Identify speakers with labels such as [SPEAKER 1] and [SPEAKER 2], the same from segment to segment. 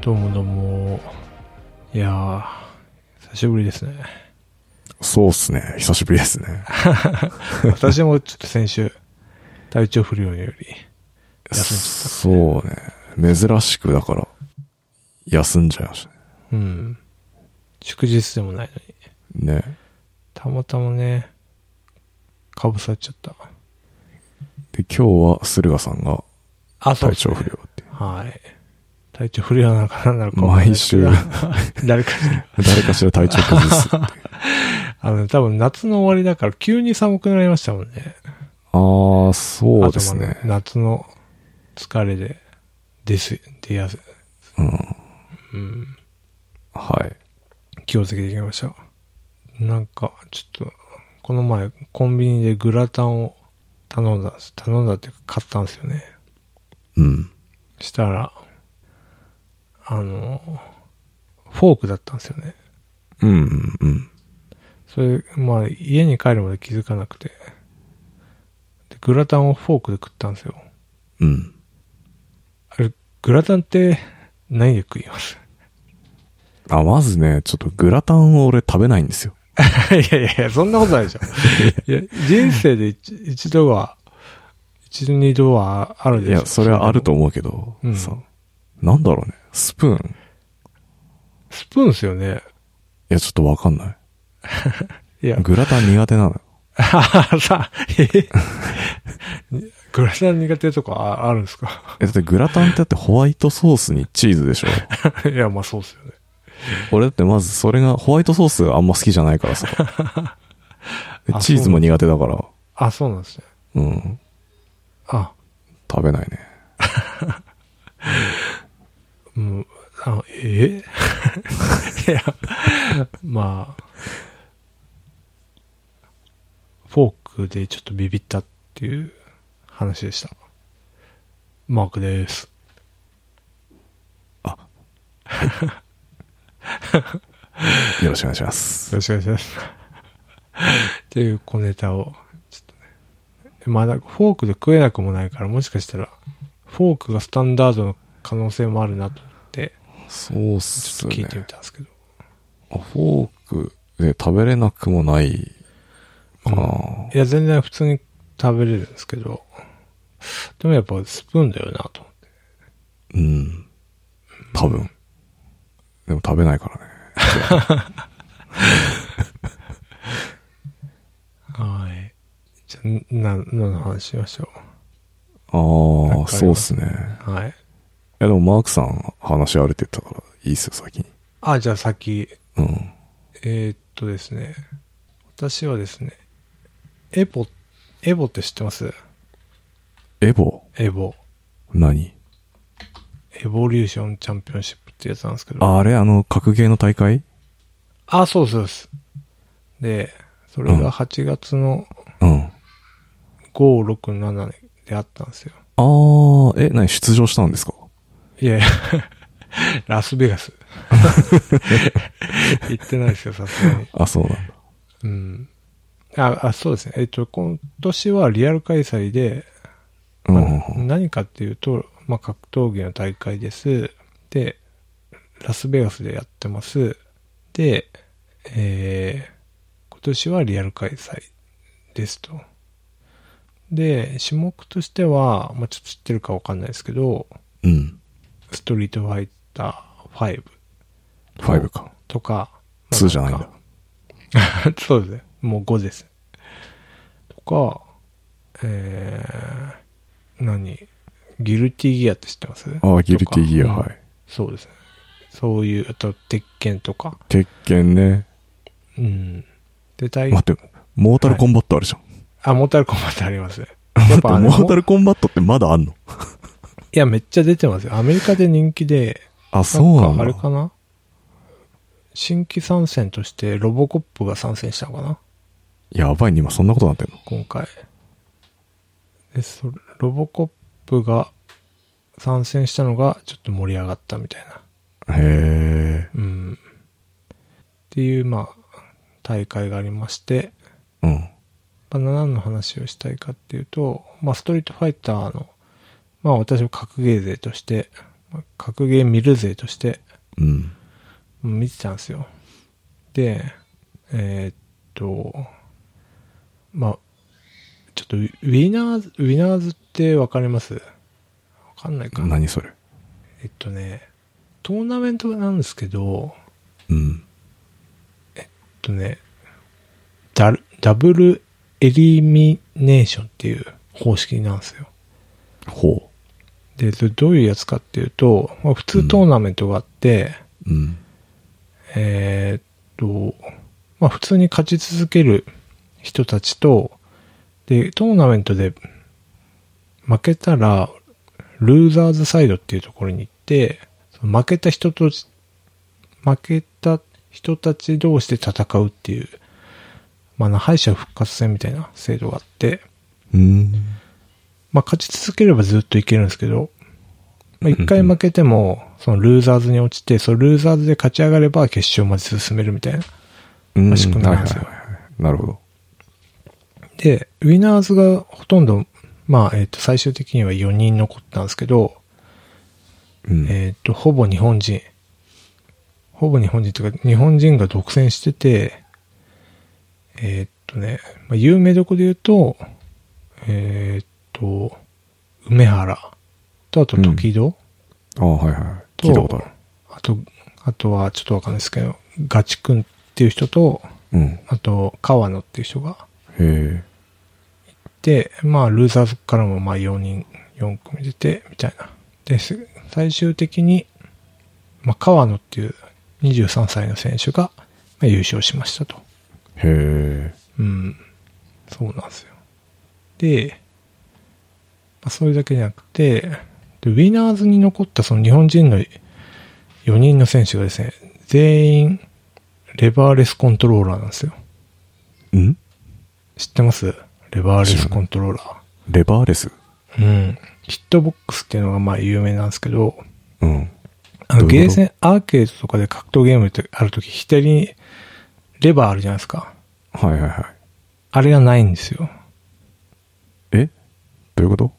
[SPEAKER 1] どうもどうも。いやー、久しぶりですね。
[SPEAKER 2] そうっすね。久しぶりですね。
[SPEAKER 1] 私もちょっと先週、体調不良により、休
[SPEAKER 2] そうね。珍しく、だから、休んじゃいまし
[SPEAKER 1] うん。祝日でもないのに。
[SPEAKER 2] たね。ね。
[SPEAKER 1] たまたまね、かぶさっちゃった。
[SPEAKER 2] で、今日は駿河さんが
[SPEAKER 1] あ、そうで
[SPEAKER 2] 体
[SPEAKER 1] す
[SPEAKER 2] 調
[SPEAKER 1] ね
[SPEAKER 2] 不良っ ていう。
[SPEAKER 1] はい。体調不良なのかなんなのかわかんない
[SPEAKER 2] 毎
[SPEAKER 1] ですけ
[SPEAKER 2] 週
[SPEAKER 1] ど。 誰かに。
[SPEAKER 2] 誰かしら体調崩 すっていう。
[SPEAKER 1] あの、多分夏の終わりだから急に寒くなりましたもんね。
[SPEAKER 2] あー、そうです
[SPEAKER 1] 頭
[SPEAKER 2] ね
[SPEAKER 1] の。夏の疲れで、です、出やす、
[SPEAKER 2] うん。
[SPEAKER 1] うん。
[SPEAKER 2] はい。
[SPEAKER 1] 気をつけていきましょう。なんか、ちょっと、この前、コンビニでグラタンを頼んだんです。頼んだっていうか、買ったんですよね。
[SPEAKER 2] うん。
[SPEAKER 1] したら、あの、フォークだったんですよね。
[SPEAKER 2] うん、うん、うん。
[SPEAKER 1] それ、まあ、家に帰るまで気づかなくて。でグラタンをフォークで食ったんですよ。
[SPEAKER 2] うん。
[SPEAKER 1] あれ、グラタンって、何で食います
[SPEAKER 2] あ、まずね、ちょっとグラタンを俺食べないんですよ。
[SPEAKER 1] い やいやいや、そんなことないでしょ。いや、人生で一一度は、一度二度はあるで
[SPEAKER 2] い
[SPEAKER 1] しょ。
[SPEAKER 2] や、それはあると思うけど、
[SPEAKER 1] うん
[SPEAKER 2] さ、なんだろうね。スプーンい
[SPEAKER 1] スプーンですよね。
[SPEAKER 2] や、ちょっとわかんない。
[SPEAKER 1] いや、
[SPEAKER 2] グラタン苦手なのよ。
[SPEAKER 1] さ、えグラタン苦手とかああるんですか
[SPEAKER 2] え、だってグラタンってだってホワイトソースにチーズで しょ
[SPEAKER 1] いや、まあそうですよね。
[SPEAKER 2] 俺だってまずそれが、ホワイトソース あんま好きじゃないからさ。で
[SPEAKER 1] あ
[SPEAKER 2] チーズも苦手だから、
[SPEAKER 1] あ、そうなんですね。
[SPEAKER 2] うん、
[SPEAKER 1] あ、
[SPEAKER 2] 食べないね。
[SPEAKER 1] うん、あえ いや、まあ、フォークでちょっとビビったっていう話でした。マークです。
[SPEAKER 2] よろしくお願いしま
[SPEAKER 1] よ
[SPEAKER 2] す。
[SPEAKER 1] ろしくお願いします。っていう小ネタを、ちょっとね。まだフォークで食えなくもないから、もしかしたら、フォークがスタンダードの可能性もあるなと思って、
[SPEAKER 2] そうっ
[SPEAKER 1] ち
[SPEAKER 2] す
[SPEAKER 1] ょっと聞い
[SPEAKER 2] ね。
[SPEAKER 1] てみたんですけど。
[SPEAKER 2] あフォークで食べれなくもないかな。
[SPEAKER 1] いや、全然普通に食べれるんですけど、でもやっぱスプーンだよなと思って。
[SPEAKER 2] うん。多分。でも食べないからね。
[SPEAKER 1] はい。じゃあ、な、何の話しましょ
[SPEAKER 2] あ
[SPEAKER 1] わかり
[SPEAKER 2] あ、
[SPEAKER 1] ます。
[SPEAKER 2] そうっすね。いう
[SPEAKER 1] はい。
[SPEAKER 2] や、でもマークさん話し荒れてたから、いいっすよ、先に。
[SPEAKER 1] あ、じゃあ先、
[SPEAKER 2] うん。
[SPEAKER 1] えーっとですね。私はですね、エボ、エボって知ってます
[SPEAKER 2] エボ
[SPEAKER 1] エボ。
[SPEAKER 2] 何
[SPEAKER 1] エボリューションチャンピオンシップってやつなんですけど。
[SPEAKER 2] ああれあの、格ゲーの大会
[SPEAKER 1] あ、そうそうです。で、それが8月の
[SPEAKER 2] うん。あ
[SPEAKER 1] 5、6、7であったんですよ。
[SPEAKER 2] あ、え、何出場したんですか
[SPEAKER 1] いやいや、 ラスベガス。行ってないですよ、さすがに。
[SPEAKER 2] あ、そうなんだ。
[SPEAKER 1] うん。あ、あそうですね。えっと、今年はリアル開催で、
[SPEAKER 2] うん
[SPEAKER 1] まあ何かっていうと、まあ、格闘技の大会です。で、ラスベガスでやってます。で、えー、今年はリアル開催ですと。で、種目としては、まあ、ちょっと知ってるかわかんないですけど、
[SPEAKER 2] うん。うん。
[SPEAKER 1] ストリートファイター5
[SPEAKER 2] ファイブか。
[SPEAKER 1] とか、まあ
[SPEAKER 2] 2じゃないんだ。
[SPEAKER 1] そうですね。もう5です。とか、えー、何ギルティギアって知ってます
[SPEAKER 2] ああ、ギルティギア、
[SPEAKER 1] とか
[SPEAKER 2] はい。
[SPEAKER 1] そうですね。そういう、あと、鉄拳とか。
[SPEAKER 2] 鉄拳ね。
[SPEAKER 1] うん。で、大
[SPEAKER 2] 待って、モータルコンバットあるじゃん。
[SPEAKER 1] あ、モータルコンバットありますね。
[SPEAKER 2] 待
[SPEAKER 1] や
[SPEAKER 2] っ
[SPEAKER 1] ってぱあれ
[SPEAKER 2] モ
[SPEAKER 1] も
[SPEAKER 2] ータルコンバットってまだあんの
[SPEAKER 1] いや、めっちゃ出てますよ。アメリカで人気で、
[SPEAKER 2] あ、そうなん
[SPEAKER 1] か
[SPEAKER 2] だ。
[SPEAKER 1] あれかな新規参戦としてロボコップが参戦したのかな
[SPEAKER 2] やばいね、今そんなことなってんの。
[SPEAKER 1] 今回でそロボコップが参戦したのがちょっと盛り上がったみたいな
[SPEAKER 2] へ
[SPEAKER 1] うんっていうまあ大会がありまして、
[SPEAKER 2] え。うん。
[SPEAKER 1] まあ、何の話をしたいかっていうと、まあ、ストリートファイターのまあ私も格ゲー勢としてまあ格ゲー見る勢として
[SPEAKER 2] うん。
[SPEAKER 1] うん見てたんですよ。で、えーっと、まあ、ちょっとウィナーズ、ウィナーズってわかりますわかんないかな。
[SPEAKER 2] 何それ。
[SPEAKER 1] えっとね、トーナメントなんですけど、
[SPEAKER 2] うん。
[SPEAKER 1] えっとね、ダルダブルエリミネーションっていう方式なんですよ。
[SPEAKER 2] ほ
[SPEAKER 1] で、それどういうやつかっていうと、まあ、普通トーナメントがあって、
[SPEAKER 2] う。うん。
[SPEAKER 1] えーっと、まあ普通に勝ち続ける人たちと、で、トーナメントで負けたら、ルーザーズサイドっていうところに行って、その負けた人と、負けた人たち同士で戦うっていう、まあな敗者復活戦みたいな制度があって、
[SPEAKER 2] うん。
[SPEAKER 1] まあ勝ち続ければずっといけるんですけど、まあ一回負けても、そのルーザーズに落ちて、そのルーザーズで勝ち上がれば決勝まで進めるみたいな。
[SPEAKER 2] うん。
[SPEAKER 1] 仕組みなんですよ
[SPEAKER 2] はいはいはいなるほど。
[SPEAKER 1] で、ウィナーズがほとんど、まあ、えっ、と、最終的には4人残ったんですけど、
[SPEAKER 2] うん。
[SPEAKER 1] えっ、と、ほぼ日本人。ほぼ日本人というか、日本人が独占してて、えっ、とね、まあ、有名どこで言うと、えっ、と、梅原と、あと、時戸、
[SPEAKER 2] ああ、はいはい。
[SPEAKER 1] と
[SPEAKER 2] 聞いたことある。
[SPEAKER 1] あと、あとは、ちょっとわかんないですけど、ガチ君っていう人と、
[SPEAKER 2] うん。へ
[SPEAKER 1] あと、川野っていう人が
[SPEAKER 2] え。
[SPEAKER 1] で、まあ、ルーザーズからもまあ4人、4組出て、みたいな。です。最終的に、まあ、川野っていう23歳の選手が、まあ、優勝しましたと。
[SPEAKER 2] へえ。
[SPEAKER 1] うん。そうなんですよ。で、まあ、それだけじゃなくて、でウィナーズに残ったその日本人の4人の選手がですね、全員、レバーレスコントローラーなんですよ。
[SPEAKER 2] うん
[SPEAKER 1] 知ってますレバーレスコントローラー。
[SPEAKER 2] レバーレス
[SPEAKER 1] うん。ヒットボックスっていうのがまあ有名なんですけど、
[SPEAKER 2] うん。
[SPEAKER 1] あの
[SPEAKER 2] どういうこと
[SPEAKER 1] ゲーセン、アーケードとかで格闘ゲームってあるとき、左にレバーあるじゃないですか。
[SPEAKER 2] はいはいはい。
[SPEAKER 1] あれがないんですよ。
[SPEAKER 2] えどういうこと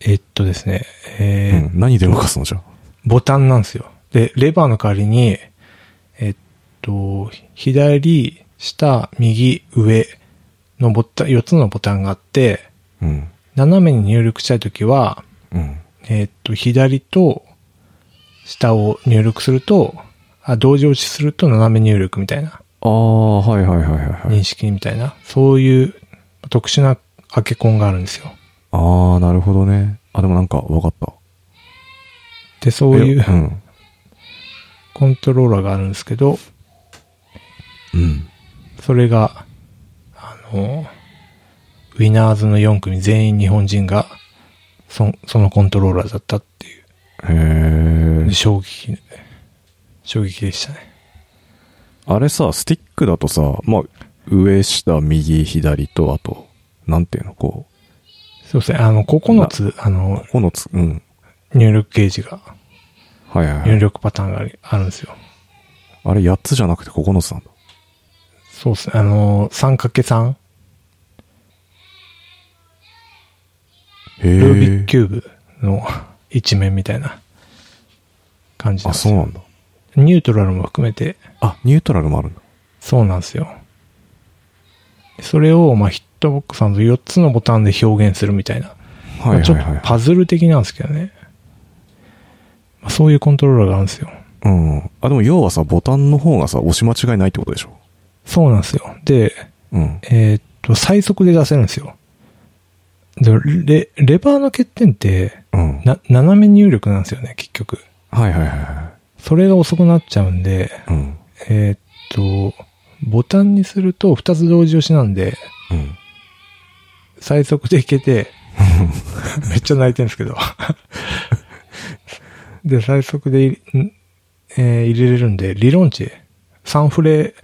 [SPEAKER 1] えっとですね、えー
[SPEAKER 2] うん。何で動かすのじゃあ。
[SPEAKER 1] ボタンなんですよ。で、レバーの代わりに、えっと、左、下、右、上のボタン、4つのボタンがあって、
[SPEAKER 2] うん。
[SPEAKER 1] 斜めに入力したいときは、
[SPEAKER 2] うん。
[SPEAKER 1] えーっと、左と下を入力すると、あ同時押しすると斜め入力みたいな、
[SPEAKER 2] ああ、はいはいはいはいはい。
[SPEAKER 1] 認識みたいな、そういう特殊なアケコンがあるんですよ。
[SPEAKER 2] ああ、なるほどね。あ、でもなんかわかった。
[SPEAKER 1] で、そうい
[SPEAKER 2] えう。
[SPEAKER 1] うんコントローラーがあるんですけど、
[SPEAKER 2] うん。
[SPEAKER 1] それが、あの、ウィナーズの4組全員日本人が、そそのコントローラーだったっていう、
[SPEAKER 2] へえ。
[SPEAKER 1] 衝撃、衝撃でしたね。
[SPEAKER 2] あれさ、スティックだとさ、まあ、上、下、右、左と、あと、なんていうの、こ
[SPEAKER 1] そうですね、あの、9つ、あの
[SPEAKER 2] う、、このつ、うん。
[SPEAKER 1] 入力ゲージが
[SPEAKER 2] はいはいは
[SPEAKER 1] 入
[SPEAKER 2] い。
[SPEAKER 1] 力パターンがありあるんですよ。
[SPEAKER 2] あれ、8つじゃなくて9つなんだ。
[SPEAKER 1] そうですね。あのー、3×3、
[SPEAKER 2] へえ。
[SPEAKER 1] ルービックキューブの一面みたいな感じなん
[SPEAKER 2] あ、
[SPEAKER 1] です
[SPEAKER 2] そう
[SPEAKER 1] よ。
[SPEAKER 2] なんだ。
[SPEAKER 1] ニュートラルも含めて、
[SPEAKER 2] あ、ニュートラルもあるんだ。
[SPEAKER 1] そうなんですよ。それを、まあ、ヒットボックスさんと4つのボタンで表現するみたいな。
[SPEAKER 2] はいはい
[SPEAKER 1] まあち
[SPEAKER 2] は
[SPEAKER 1] ょ
[SPEAKER 2] い
[SPEAKER 1] っと。パズル的なんですけどね。まあ、そういうコントローラーがあるんですよ。
[SPEAKER 2] うん。あ、でも要はさ、ボタンの方がさ、押し間違いないってことでしょ。
[SPEAKER 1] そうなんですよ。で、
[SPEAKER 2] うん。
[SPEAKER 1] えーっと、最速で出せるんですよ。でレ、レバーの欠点って、
[SPEAKER 2] うん。
[SPEAKER 1] な、斜め入力なんですよね、結局。
[SPEAKER 2] はいはいはいは
[SPEAKER 1] それが遅くなっちゃうんで、
[SPEAKER 2] い。うん。
[SPEAKER 1] えーっと、ボタンにすると2つ同時押しなんで、
[SPEAKER 2] うん。
[SPEAKER 1] 最速でいけて、 めっちゃ泣いてるんですけど。 で、最速でい、んえー入れれるんで、理論値、サンフレ、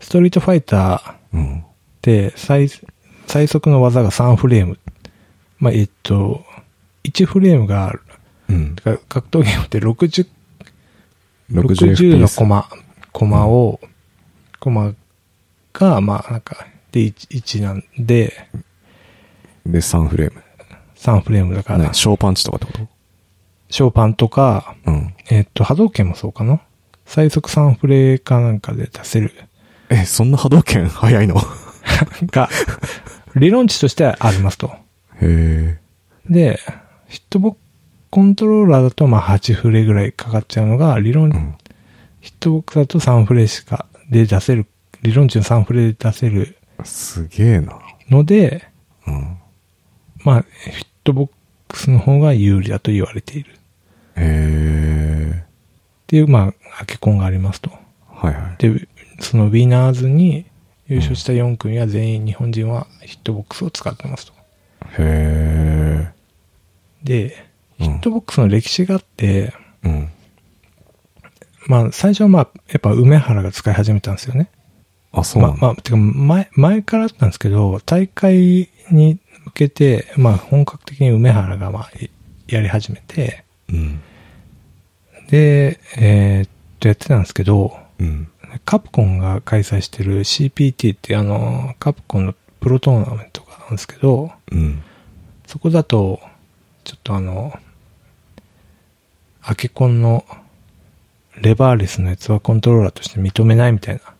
[SPEAKER 1] ストリートファイター
[SPEAKER 2] うん。
[SPEAKER 1] で、最、最速の技が3フレーム。まあ、えっと、1フレームが、
[SPEAKER 2] うん
[SPEAKER 1] て。か格闘ゲームって60
[SPEAKER 2] 60
[SPEAKER 1] 60の
[SPEAKER 2] FPS
[SPEAKER 1] コマ、コマを、コマが、まあなんか、で、1, 1なんで、
[SPEAKER 2] で、3フレーム。
[SPEAKER 1] 3フレームだから、
[SPEAKER 2] ね、小パンチとかってこと
[SPEAKER 1] ショーパンとか、
[SPEAKER 2] うん。
[SPEAKER 1] えっと、波動拳もそうかな。最速サンフレかなんかで出せる。
[SPEAKER 2] え、そんな波動拳 早いのへ
[SPEAKER 1] が、理論値としてはありますと。
[SPEAKER 2] え。
[SPEAKER 1] で、ヒットボコントローラーだとまあ8フレぐらいかかっちゃうのが、理論、
[SPEAKER 2] うん。
[SPEAKER 1] ヒットボックスだと3フレしかで出せる、理論値の3フレで出せる
[SPEAKER 2] すげえな。
[SPEAKER 1] ので、
[SPEAKER 2] うん。
[SPEAKER 1] まあ、ヒットボックスの方が有利だと言われている。っ
[SPEAKER 2] へえ。
[SPEAKER 1] ていう、まあ、アケコンがありますと。
[SPEAKER 2] はいはい。
[SPEAKER 1] で、そのウィナーズに優勝した4組は全員日本人はヒットボックスを使ってますと。
[SPEAKER 2] へ
[SPEAKER 1] で、
[SPEAKER 2] え。う
[SPEAKER 1] ヒッ
[SPEAKER 2] ん。
[SPEAKER 1] トボックスの歴史があって、
[SPEAKER 2] うん。
[SPEAKER 1] まあ、最初はまあ、やっぱ梅原が使い始めたんですよね。
[SPEAKER 2] あ、そうなんだ。
[SPEAKER 1] まあ、まあ、てか前、前からあったんですけど、大会に向けて、まあ、本格的に梅原が、まあ、いやり始めて、
[SPEAKER 2] うん。
[SPEAKER 1] で、えーっと、やってたんですけど、
[SPEAKER 2] うん。
[SPEAKER 1] カプコンが開催してる CPT っていうあの、カプコンのプロトーナメントがあるんですけど、
[SPEAKER 2] うん。
[SPEAKER 1] そこだと、ちょっとあの、アケコンのレバーレスのやつはコントローラーとして認めないみたいな、ま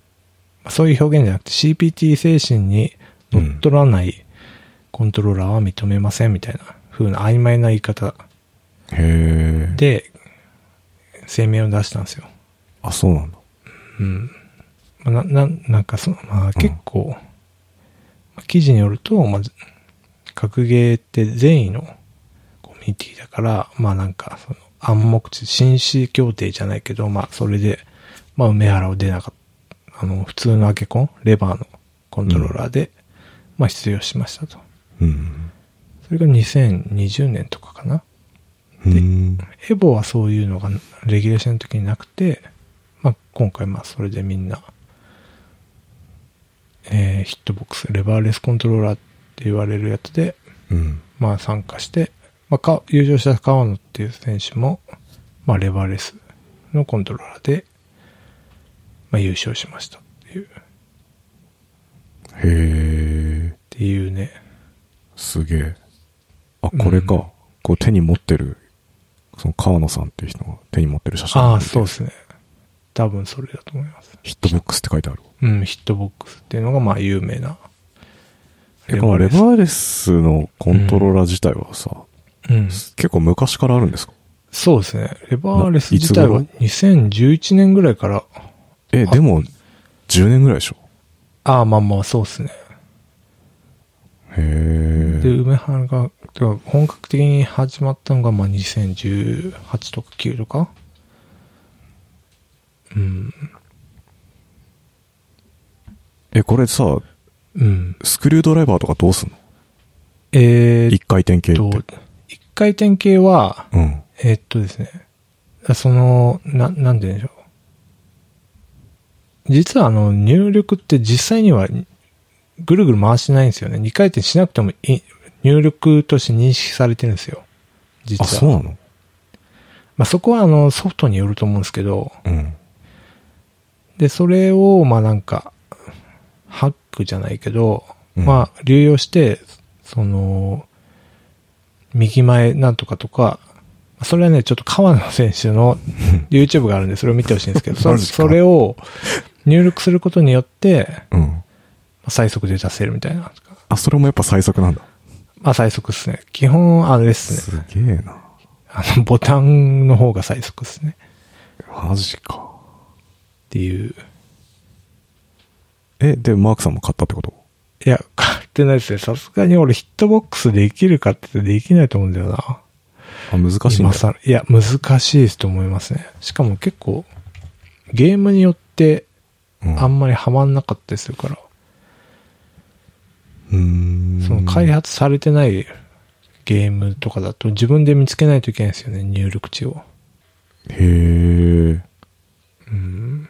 [SPEAKER 1] あそういう表現じゃなくて CPT 精神に乗っ取らないコントローラーは認めませんみたいな風な曖昧な言い方
[SPEAKER 2] へえ。、
[SPEAKER 1] で声明を出したんですよ。
[SPEAKER 2] あ、そうなんだ。
[SPEAKER 1] うん。まあ、な、な、なんかその、まあ結構、まあ記事によると、まあ、格ゲーって善意のコミュニティだから、まあなんか、その暗黙知、紳士協定じゃないけど、まあそれで、まあ梅原を出なかった、あの、普通のアケコン、レバーのコントローラーで、まあ出場しましたと。
[SPEAKER 2] うん。
[SPEAKER 1] それが2020年とかかな。
[SPEAKER 2] うん。
[SPEAKER 1] エボはそういうのがレギュレーションの時になくて、まあ、今回まあそれでみんな、えーヒットボックス、レバーレスコントローラーって言われるやつで、
[SPEAKER 2] うん。
[SPEAKER 1] まあ参加して、まあか、優勝した川野っていう選手も、まあレバーレスのコントローラーで、まあ優勝しましたっていう、っ
[SPEAKER 2] へえ。
[SPEAKER 1] ていうね。
[SPEAKER 2] すげえ。あ、これか。
[SPEAKER 1] うん
[SPEAKER 2] こう手に持ってる、その川野さんっていう人が手に持ってる写真。
[SPEAKER 1] ああ、そうですね。多分それだと思います。
[SPEAKER 2] ヒットボックスって書いてある。
[SPEAKER 1] うん、ヒットボックスっていうのがまあ有名な。
[SPEAKER 2] え、このレバーレスのコントローラー自体はさ、
[SPEAKER 1] うん。
[SPEAKER 2] 結構昔からあるんですか
[SPEAKER 1] そうですね。レバーレス自体はい2011年ぐらいから、あ
[SPEAKER 2] え、でも、10年ぐらいでしょ
[SPEAKER 1] ああ、まあまあ、そうですね。
[SPEAKER 2] へえ。
[SPEAKER 1] で、梅原が、てか本格的に始まったのが、まあ2018とか9とかうん。
[SPEAKER 2] え、これさ、
[SPEAKER 1] うん。
[SPEAKER 2] スクリュードライバーとかどうすんの
[SPEAKER 1] えー、っ
[SPEAKER 2] 一回転系って。
[SPEAKER 1] と、一回転系は、
[SPEAKER 2] うん。
[SPEAKER 1] えーっとですね。その、な、なんて言うんでしょう。実はあの、入力って実際にはぐるぐる回してないんですよね。2回転しなくてもい入力として認識されてるんですよ。実
[SPEAKER 2] あ、
[SPEAKER 1] は。
[SPEAKER 2] そうなの
[SPEAKER 1] まあ、そこはあの、ソフトによると思うんですけど、
[SPEAKER 2] うん。
[SPEAKER 1] で、それを、まあなんか、ハックじゃないけど、
[SPEAKER 2] うん
[SPEAKER 1] まあ、流用して、その、右前なんとかとか、それはね、ちょっと川野選手の YouTube があるんで、それを見てほしいんですけ ど、そ
[SPEAKER 2] マジか
[SPEAKER 1] それを入力することによって、
[SPEAKER 2] うん。
[SPEAKER 1] 最速で出せるみたいな。
[SPEAKER 2] あ、それもやっぱ最速なんだ。
[SPEAKER 1] まあ、最速っすね。基本、あれですね。
[SPEAKER 2] すげえな。
[SPEAKER 1] あの、ボタンの方が最速っすね。
[SPEAKER 2] マジか。
[SPEAKER 1] っていう。
[SPEAKER 2] え、で、マークさんも買ったってこと
[SPEAKER 1] いや、買ってないですね。さすがに俺ヒットボックスできるかって言ってできないと思うんだよな。
[SPEAKER 2] あ、難しいん
[SPEAKER 1] 今
[SPEAKER 2] だ。
[SPEAKER 1] 更いや、難しいですと思いますね。しかも結構、ゲームによって
[SPEAKER 2] うん
[SPEAKER 1] あんまりハマんなかったりするから、
[SPEAKER 2] うーん
[SPEAKER 1] その開発されてないゲームとかだと自分で見つけないといけないですよね、入力値を。
[SPEAKER 2] へえ。
[SPEAKER 1] うん。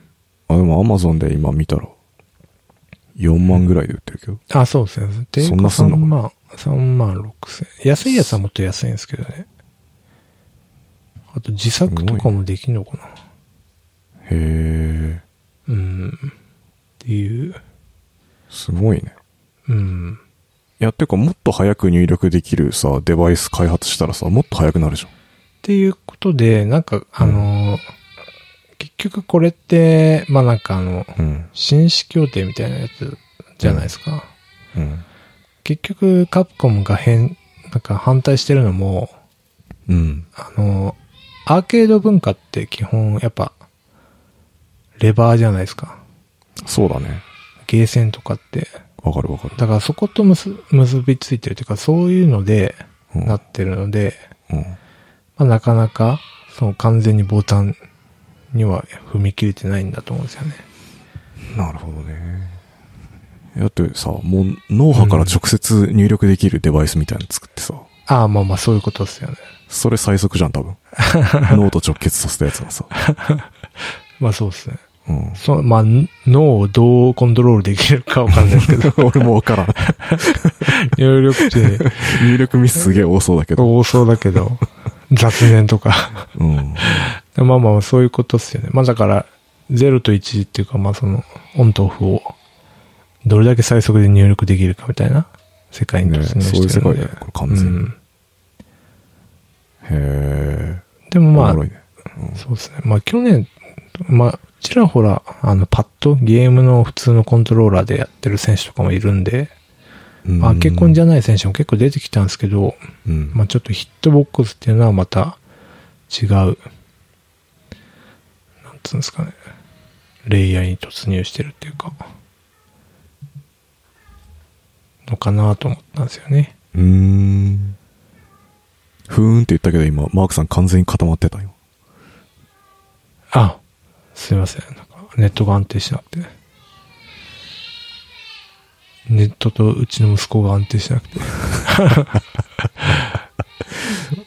[SPEAKER 2] あ、でもアマゾンで今見たら、4万ぐらいで売ってるけど。
[SPEAKER 1] あ、そうですね。定
[SPEAKER 2] そ
[SPEAKER 1] 価
[SPEAKER 2] んなすん
[SPEAKER 1] 3
[SPEAKER 2] の
[SPEAKER 1] 万、3万6千。安いやつはもっと安いんですけどね。あと自作とかもできんのかな。
[SPEAKER 2] へえ。
[SPEAKER 1] うん。っていう。
[SPEAKER 2] すごいね。
[SPEAKER 1] うん。
[SPEAKER 2] いや、てかもっと早く入力できるさ、デバイス開発したらさ、もっと早くなるじゃん。
[SPEAKER 1] っていうこことで、なんか、あの、結局これって、まあなんかあの、
[SPEAKER 2] うん。
[SPEAKER 1] 紳士協定みたいなやつじゃないですか。
[SPEAKER 2] うん。
[SPEAKER 1] 結局、カプコムが変、なんか反対してるのも、
[SPEAKER 2] うん。
[SPEAKER 1] あの、アーケード文化って基本やっぱ、レバーじゃないですか。
[SPEAKER 2] そうだね。
[SPEAKER 1] ゲーセンとかって。
[SPEAKER 2] わかるわかる。
[SPEAKER 1] だからそこと結結びついてるというか、そういうので、
[SPEAKER 2] うん
[SPEAKER 1] なってるので、
[SPEAKER 2] うん。
[SPEAKER 1] まあ、なかなか、その完全にボタンには踏み切れてないんだと思うんですよね。
[SPEAKER 2] なるほどね。だってさ、もう脳波から直接入力できるデバイスみたいなの作ってさ、
[SPEAKER 1] ああ、まあまあそういうことですよね。
[SPEAKER 2] それ最速じゃん、多 分。脳と直結させたやつがさ。
[SPEAKER 1] まあそうですね。
[SPEAKER 2] うん。
[SPEAKER 1] そう、まあ、ん脳をどうコントロールできるかわかんないです けど、
[SPEAKER 2] 俺もわからん。
[SPEAKER 1] 入力って
[SPEAKER 2] 入力ミスすげえ多そうだけど。
[SPEAKER 1] 多そうだけ ど、雑念とか。
[SPEAKER 2] うん。
[SPEAKER 1] まあまあそういうことですよね。まあだから、0と1っていうか、まあその、オンとオフを、どれだけ最速で入力できるかみたいな世界に
[SPEAKER 2] ね
[SPEAKER 1] 突
[SPEAKER 2] そ
[SPEAKER 1] 入
[SPEAKER 2] ういう
[SPEAKER 1] してる
[SPEAKER 2] 世
[SPEAKER 1] ん
[SPEAKER 2] 界
[SPEAKER 1] で。
[SPEAKER 2] だよ、これ完全に。
[SPEAKER 1] う
[SPEAKER 2] へ
[SPEAKER 1] ん
[SPEAKER 2] え。
[SPEAKER 1] でもま
[SPEAKER 2] お
[SPEAKER 1] あ
[SPEAKER 2] もろ、いね
[SPEAKER 1] そうですね。まあ去年、まあ、ちらほら、あの、パッド、ゲームの普通のコントローラーでやってる選手とかもいるんで、
[SPEAKER 2] うん
[SPEAKER 1] まあ結婚じゃない選手も結構出てきたんですけど、
[SPEAKER 2] うん。
[SPEAKER 1] まあちょっとヒットボックスっていうのはまた違う、なんつうんですかね、レイヤーに突入してるっていうか、のかなと思ったんですよね。
[SPEAKER 2] うーん。ふーんって言ったけど今、マークさん完全に固まってたよ。
[SPEAKER 1] あ、すいません。なんかネットが安定しなくて。ネットとうちの息子が安定しなくて。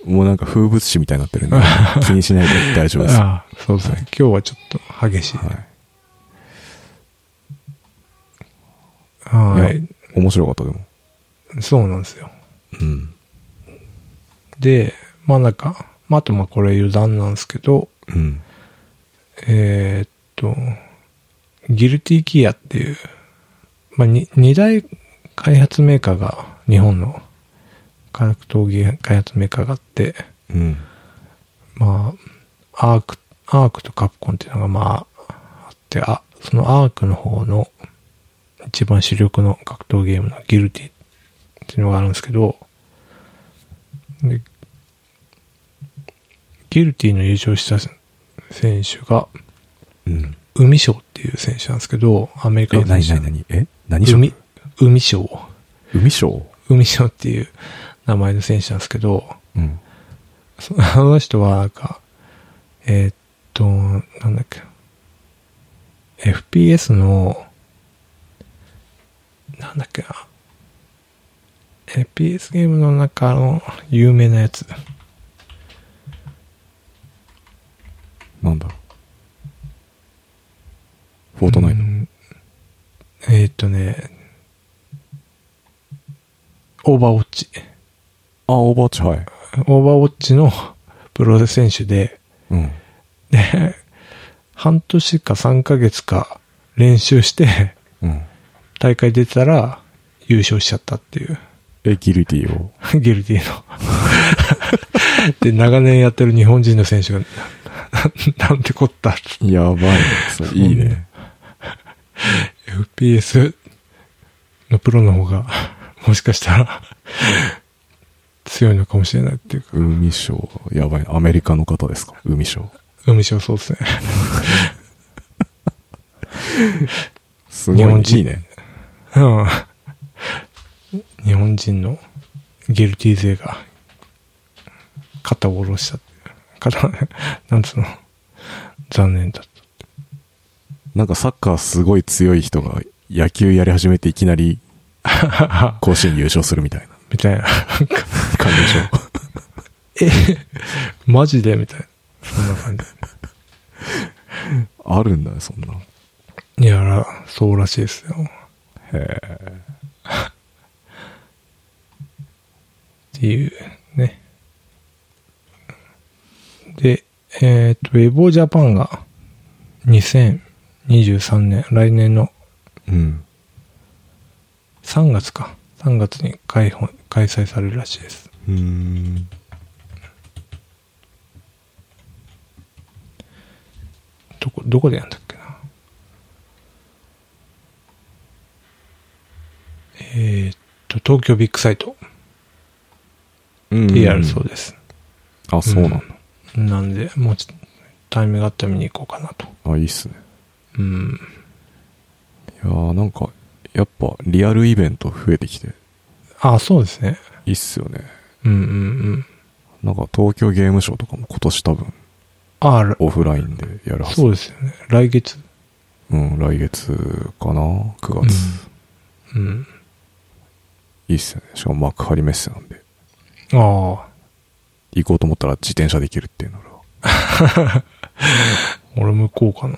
[SPEAKER 2] もうなんか風物詩みたいになって るんで、気にしないで大丈夫です。は。
[SPEAKER 1] あそうですね、今日はちょっと激しい。はいい。
[SPEAKER 2] いや、面白かったでも。
[SPEAKER 1] そうなんですよ。
[SPEAKER 2] うん。
[SPEAKER 1] で、まあなんか、まああとまあこれ余談なんですけど、
[SPEAKER 2] うん。
[SPEAKER 1] えーっと、ギルティギアっていう、まあに二大開発メーカーが、日本の格闘技開発メーカーがあって、
[SPEAKER 2] うん。
[SPEAKER 1] まあ、アーク、アークとカプコンっていうのがまあ、あって、あ、そのアークの方の一番主力の格闘ゲームのギルティっていうのがあるんですけど、でギルティの優勝した選手が、
[SPEAKER 2] うん。
[SPEAKER 1] 海賞っていう選手なんですけど、アメリカ
[SPEAKER 2] え、
[SPEAKER 1] の選
[SPEAKER 2] 何
[SPEAKER 1] 手
[SPEAKER 2] 何何え何賞
[SPEAKER 1] 海、海賞。
[SPEAKER 2] 海賞
[SPEAKER 1] 海賞っていう名前の選手なんですけど、
[SPEAKER 2] うん。
[SPEAKER 1] そ あの人は、なんか、えーっと、なんだっけ。FPS の、なんだっけな。FPS ゲームの中の有名なやつ。
[SPEAKER 2] なんだフォートナイト
[SPEAKER 1] う。んえーっとね、オーバーウォッチ。
[SPEAKER 2] あ、オーバーチ、はい。
[SPEAKER 1] オーバーウォッチのプロ選手で、
[SPEAKER 2] うん。
[SPEAKER 1] で、半年か3ヶ月か練習して、
[SPEAKER 2] うん。
[SPEAKER 1] 大会出たら優勝しちゃったっていう、
[SPEAKER 2] え、ギルティを。
[SPEAKER 1] ギルティの。 で、長年やってる日本人の選手が、ななんてこったっつって
[SPEAKER 2] やばいね。それ いいね。
[SPEAKER 1] FPS のプロの方が、もしかしたら、強いのかもしれないっていうか、
[SPEAKER 2] 海賞。やばいね。アメリカの方ですか海賞。
[SPEAKER 1] 海将そうですね。
[SPEAKER 2] すごい。
[SPEAKER 1] 日本人
[SPEAKER 2] いいね。
[SPEAKER 1] うん日本人のゲルティ勢が肩を下ろしたっていう。肩、なんつうの残念だった。
[SPEAKER 2] なんかサッカーすごい強い人が野球やり始めていきなり甲子園優勝するみたいな
[SPEAKER 1] みたいな。なんか
[SPEAKER 2] 感じで しょ。
[SPEAKER 1] え、マジでみたいな。そんな感じ。
[SPEAKER 2] あるんだね、そんな。
[SPEAKER 1] いやら、そうらしいですよ。
[SPEAKER 2] へ
[SPEAKER 1] っていうね。で、えっ、と、ウェボージャパンが2023年、来年の
[SPEAKER 2] え。うん。
[SPEAKER 1] 3月か。3月に開放開催されるらしいです。
[SPEAKER 2] うーん。
[SPEAKER 1] どこ、どこでやんだっけな。えーっと、東京ビッグサイト
[SPEAKER 2] うん
[SPEAKER 1] でやるそうです。
[SPEAKER 2] あ、そうなんだ。
[SPEAKER 1] なんで、もうちょタイミングがあったら見に行こうかなと。
[SPEAKER 2] あ、いいっすね。
[SPEAKER 1] うん。
[SPEAKER 2] いやーなんか、やっぱリアルイベント増えてきて、
[SPEAKER 1] あ、そうですね。
[SPEAKER 2] いいっすよね。
[SPEAKER 1] うんうんうん。
[SPEAKER 2] なんか東京ゲームショウとかも今年多分
[SPEAKER 1] あ、ら
[SPEAKER 2] オフラインでやるはず。
[SPEAKER 1] そうですよね。来月。
[SPEAKER 2] うん、来月かな ?9 月。
[SPEAKER 1] うん。
[SPEAKER 2] いいっすよね。しかも幕張メッセなんで。
[SPEAKER 1] ああ。
[SPEAKER 2] 行こうと思ったら自転車で行けるっていうのが。
[SPEAKER 1] 俺も行こうかな。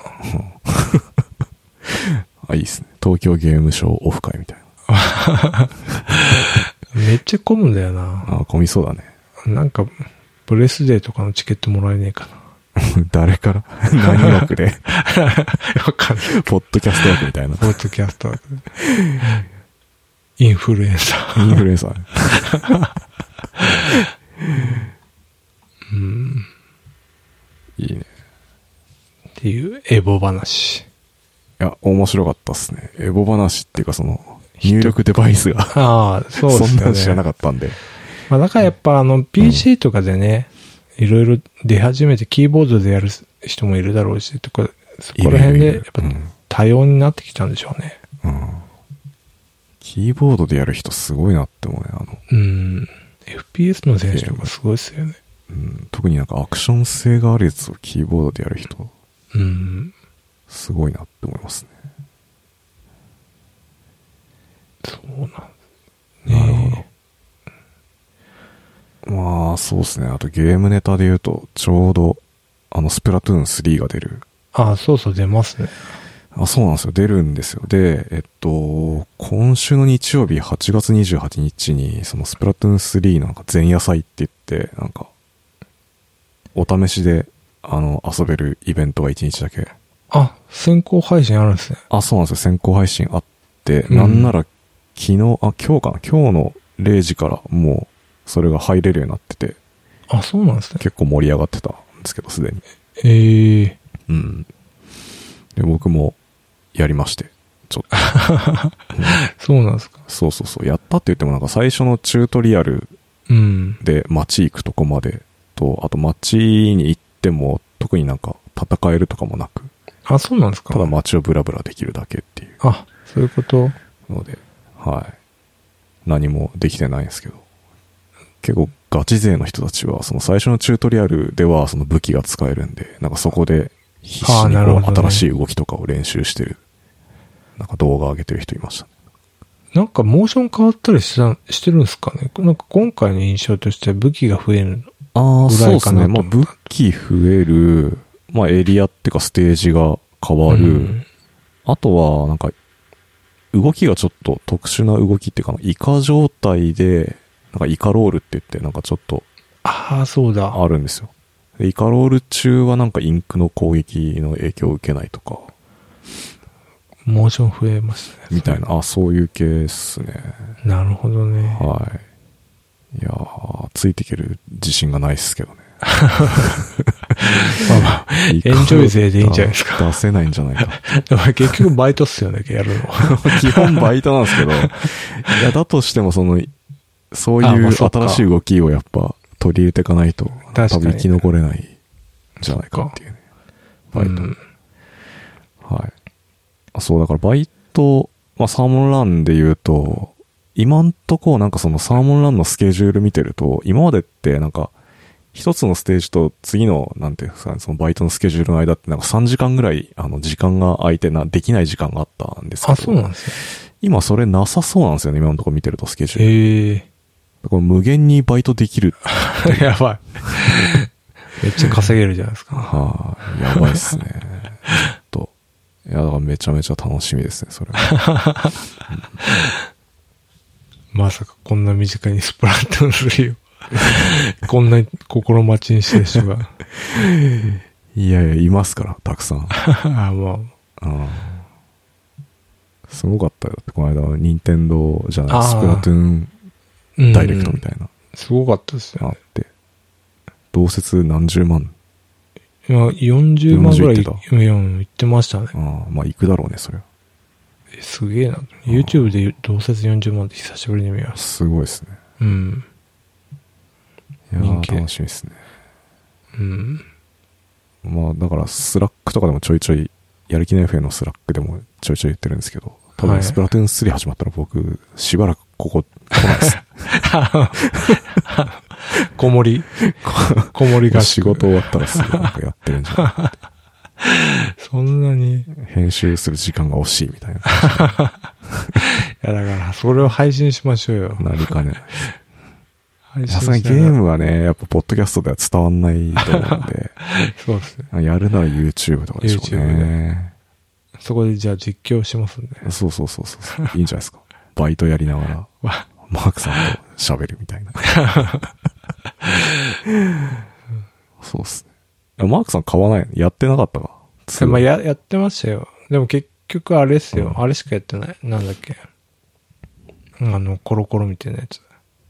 [SPEAKER 2] あ、いいっすね。東京ゲームショウオフ会みたいな。
[SPEAKER 1] めっちゃ混むんだよな。
[SPEAKER 2] あ、混みそうだね。
[SPEAKER 1] なんか、ブレスデーとかのチケットもらえねえか
[SPEAKER 2] 誰から 何枠で
[SPEAKER 1] な。 わかんない。
[SPEAKER 2] ポッドキャスト枠みたいな。
[SPEAKER 1] ポッドキャス ト。インフルエンサー。
[SPEAKER 2] インフルエンサー。
[SPEAKER 1] うん。
[SPEAKER 2] いいね。
[SPEAKER 1] っていうエボ話。
[SPEAKER 2] いや、面白かったっすね。エボ話っていうかその、入力デバイスが。
[SPEAKER 1] ああ、そうですよね。
[SPEAKER 2] んなん知らなかったんで。
[SPEAKER 1] まあ、だからやっぱあの PC とかでね、いろいろ出始めてキーボードでやる人もいるだろうし、とか、そこら辺で
[SPEAKER 2] いるいるい
[SPEAKER 1] やっ
[SPEAKER 2] る
[SPEAKER 1] ぱ
[SPEAKER 2] うん
[SPEAKER 1] 多様になってきたんでしょうね。
[SPEAKER 2] うん。キーボードでやる人すごいなって思うね。あの、
[SPEAKER 1] うん。FPS の選手とかすごいっすよね。
[SPEAKER 2] うん、特になんかアクション性があるやつをキーボードでやる人、
[SPEAKER 1] うん。
[SPEAKER 2] すごいなって思いますね。
[SPEAKER 1] そうなん
[SPEAKER 2] なるほど。まあ、そうですね。あとゲームネタで言うと、ちょうど、あの、スプラトゥーン3が出る。
[SPEAKER 1] ど。ああ、そうそう、出ますね。
[SPEAKER 2] あ、そうなんですよ。出るんですよ。で、えっと、今週の日曜日8月28日に、そのスプラトゥーン3のなんか前夜祭って言って、なんか、お試しで、あの、遊べるイベントが1日だけ。
[SPEAKER 1] あ、先行配信あるんですね。
[SPEAKER 2] あ、そうなんですよ。先行配信あって、
[SPEAKER 1] うん
[SPEAKER 2] なんなら昨日、あ、今日かな今日の0時からもう、それが入れるようになってて、
[SPEAKER 1] あ、そうなんですね。
[SPEAKER 2] 結構盛り上がってたんですけど、すでに。
[SPEAKER 1] ええ
[SPEAKER 2] うん。で、僕も、やりまして。ちょっと。
[SPEAKER 1] そうなんですか。
[SPEAKER 2] そうそうそう。やったって言ってもなんか最初のチュートリアル
[SPEAKER 1] うん。
[SPEAKER 2] で街行くとこまでと、あと街に行っても特になんか戦えるとかもなく、
[SPEAKER 1] あ、そうなんですか。
[SPEAKER 2] ただ街をブラブラできるだけっていう
[SPEAKER 1] あ、そういうこと。
[SPEAKER 2] ので、はい。何もできてないんですけど。結構ガチ勢の人たちは、その最初のチュートリアルではその武器が使えるんで、なんかそこで必死
[SPEAKER 1] あー
[SPEAKER 2] に
[SPEAKER 1] なる
[SPEAKER 2] こ
[SPEAKER 1] ほ
[SPEAKER 2] う
[SPEAKER 1] どね
[SPEAKER 2] 新しい動きとかを練習してる、なんか動画上げてる人いましたね。
[SPEAKER 1] なんかモーション変わったりしたしてるんですかねなんか今回の印象として武器が増えるの。
[SPEAKER 2] ああ、
[SPEAKER 1] ぐ
[SPEAKER 2] そう
[SPEAKER 1] ら
[SPEAKER 2] で
[SPEAKER 1] いか
[SPEAKER 2] す
[SPEAKER 1] な
[SPEAKER 2] ね。
[SPEAKER 1] と
[SPEAKER 2] まあ、武器増える、まあ、エリアっていうかステージが変わる。
[SPEAKER 1] うん
[SPEAKER 2] あとは、なんか、動きがちょっと特殊な動きっていうかな、イカ状態で、なんかイカロールって言って、なんかちょっと
[SPEAKER 1] ああ、そうだ。
[SPEAKER 2] あるんですよ。でイカロール中はなんかインクの攻撃の影響を受けないとか、
[SPEAKER 1] モーション増えますね。
[SPEAKER 2] みたいな、あそういう系ですね。
[SPEAKER 1] なるほどね。
[SPEAKER 2] はい。いやー、ついていける自信がないっすけどね。
[SPEAKER 1] まあまあ
[SPEAKER 2] エ
[SPEAKER 1] エンジョイ勢でいいんじゃないですか
[SPEAKER 2] 出せないんじゃないかな。
[SPEAKER 1] でも 結局バイトっすよね、やるの。
[SPEAKER 2] 基本バイトなんで すけど、いや、だとしてもその、そう
[SPEAKER 1] あ
[SPEAKER 2] い
[SPEAKER 1] まあ
[SPEAKER 2] う
[SPEAKER 1] そっか
[SPEAKER 2] 新しい動きをやっぱ取り入れていかないと、
[SPEAKER 1] かに
[SPEAKER 2] 多分生き残れないんじゃないかっていうね。バイト。
[SPEAKER 1] うん
[SPEAKER 2] はい。あそう、だからバイト、まあサーモンランで言うと、今んとこなんかそのサーモンランのスケジュール見てると、今までってなんか、一つのステージと次の、なんていうんですかね、そのバイトのスケジュールの間ってなんか3時間ぐらい、あの、時間が空いてな、できない時間があったんですけど。
[SPEAKER 1] あ、そうなんです
[SPEAKER 2] 今それなさそうなんですよね、今のところ見てるとスケジュー
[SPEAKER 1] ね。
[SPEAKER 2] ル。
[SPEAKER 1] へえ
[SPEAKER 2] これ無限にバイトで きる。
[SPEAKER 1] やばい。めっちゃ稼げるじゃないですか。
[SPEAKER 2] はあ、やばいっすね。ちょっと。いや、だからめちゃめちゃ楽しみですね、そ れは。
[SPEAKER 1] まさかこんな身近にスプラトゥーン3を。こんなに心待ちにしてる人 が。
[SPEAKER 2] いやいや、いますから、たくさん。
[SPEAKER 1] あま
[SPEAKER 2] うんすごかったよ。だってこの間、任天堂じゃな
[SPEAKER 1] あ
[SPEAKER 2] い、
[SPEAKER 1] ー
[SPEAKER 2] スプラトゥーン
[SPEAKER 1] あ。
[SPEAKER 2] ダイレクトみた
[SPEAKER 1] い
[SPEAKER 2] たいな、
[SPEAKER 1] な。すごかったですよ
[SPEAKER 2] あ
[SPEAKER 1] ね
[SPEAKER 2] っ。て。同説何十万
[SPEAKER 1] え今40万ぐらい、
[SPEAKER 2] 40行っ
[SPEAKER 1] う
[SPEAKER 2] て
[SPEAKER 1] ん、言ってましたね。
[SPEAKER 2] ああ、まあ行くだろうね、それは。
[SPEAKER 1] えすげえな。YouTube で同説40万って久しぶりに見ました。
[SPEAKER 2] すごいですね。
[SPEAKER 1] うん。
[SPEAKER 2] いやー
[SPEAKER 1] 人気
[SPEAKER 2] 楽しみですね。
[SPEAKER 1] うん。
[SPEAKER 2] まあだから、スラックとかでもちょいちょい、やる気ない FA のスラックでもちょいちょい言ってるんですけど、多
[SPEAKER 1] は
[SPEAKER 2] 分
[SPEAKER 1] い
[SPEAKER 2] スプラトゥーン3始まったら僕、しばらくここ、
[SPEAKER 1] こも り。こもりが
[SPEAKER 2] 仕事。終わったらすぐなんかやってるんじゃない
[SPEAKER 1] そんなに。い
[SPEAKER 2] 編集する時間が惜しいみたいな。
[SPEAKER 1] や、だから、それを配信しましょうよ。
[SPEAKER 2] な りかねない。
[SPEAKER 1] 配信
[SPEAKER 2] さすがに
[SPEAKER 1] し
[SPEAKER 2] ゲ
[SPEAKER 1] ながら
[SPEAKER 2] ームはね、やっぱポッドキャストでは伝わんないと思うんで、
[SPEAKER 1] そうですね。
[SPEAKER 2] やるなら YouTube とかでしょうね。
[SPEAKER 1] そこでじゃあ実況しますんで。
[SPEAKER 2] そうそうそうそう。いいんじゃないですか。バイトやりながら、
[SPEAKER 1] わ
[SPEAKER 2] マークさんと喋るみたいな。そうっすね。マークさん買わないやってなかったか。
[SPEAKER 1] それまあ、や、やってましたよ。でも結局あれですよ。
[SPEAKER 2] うん
[SPEAKER 1] あれしかやってない。なんだっけ。あの、コロコロみたいなやつ。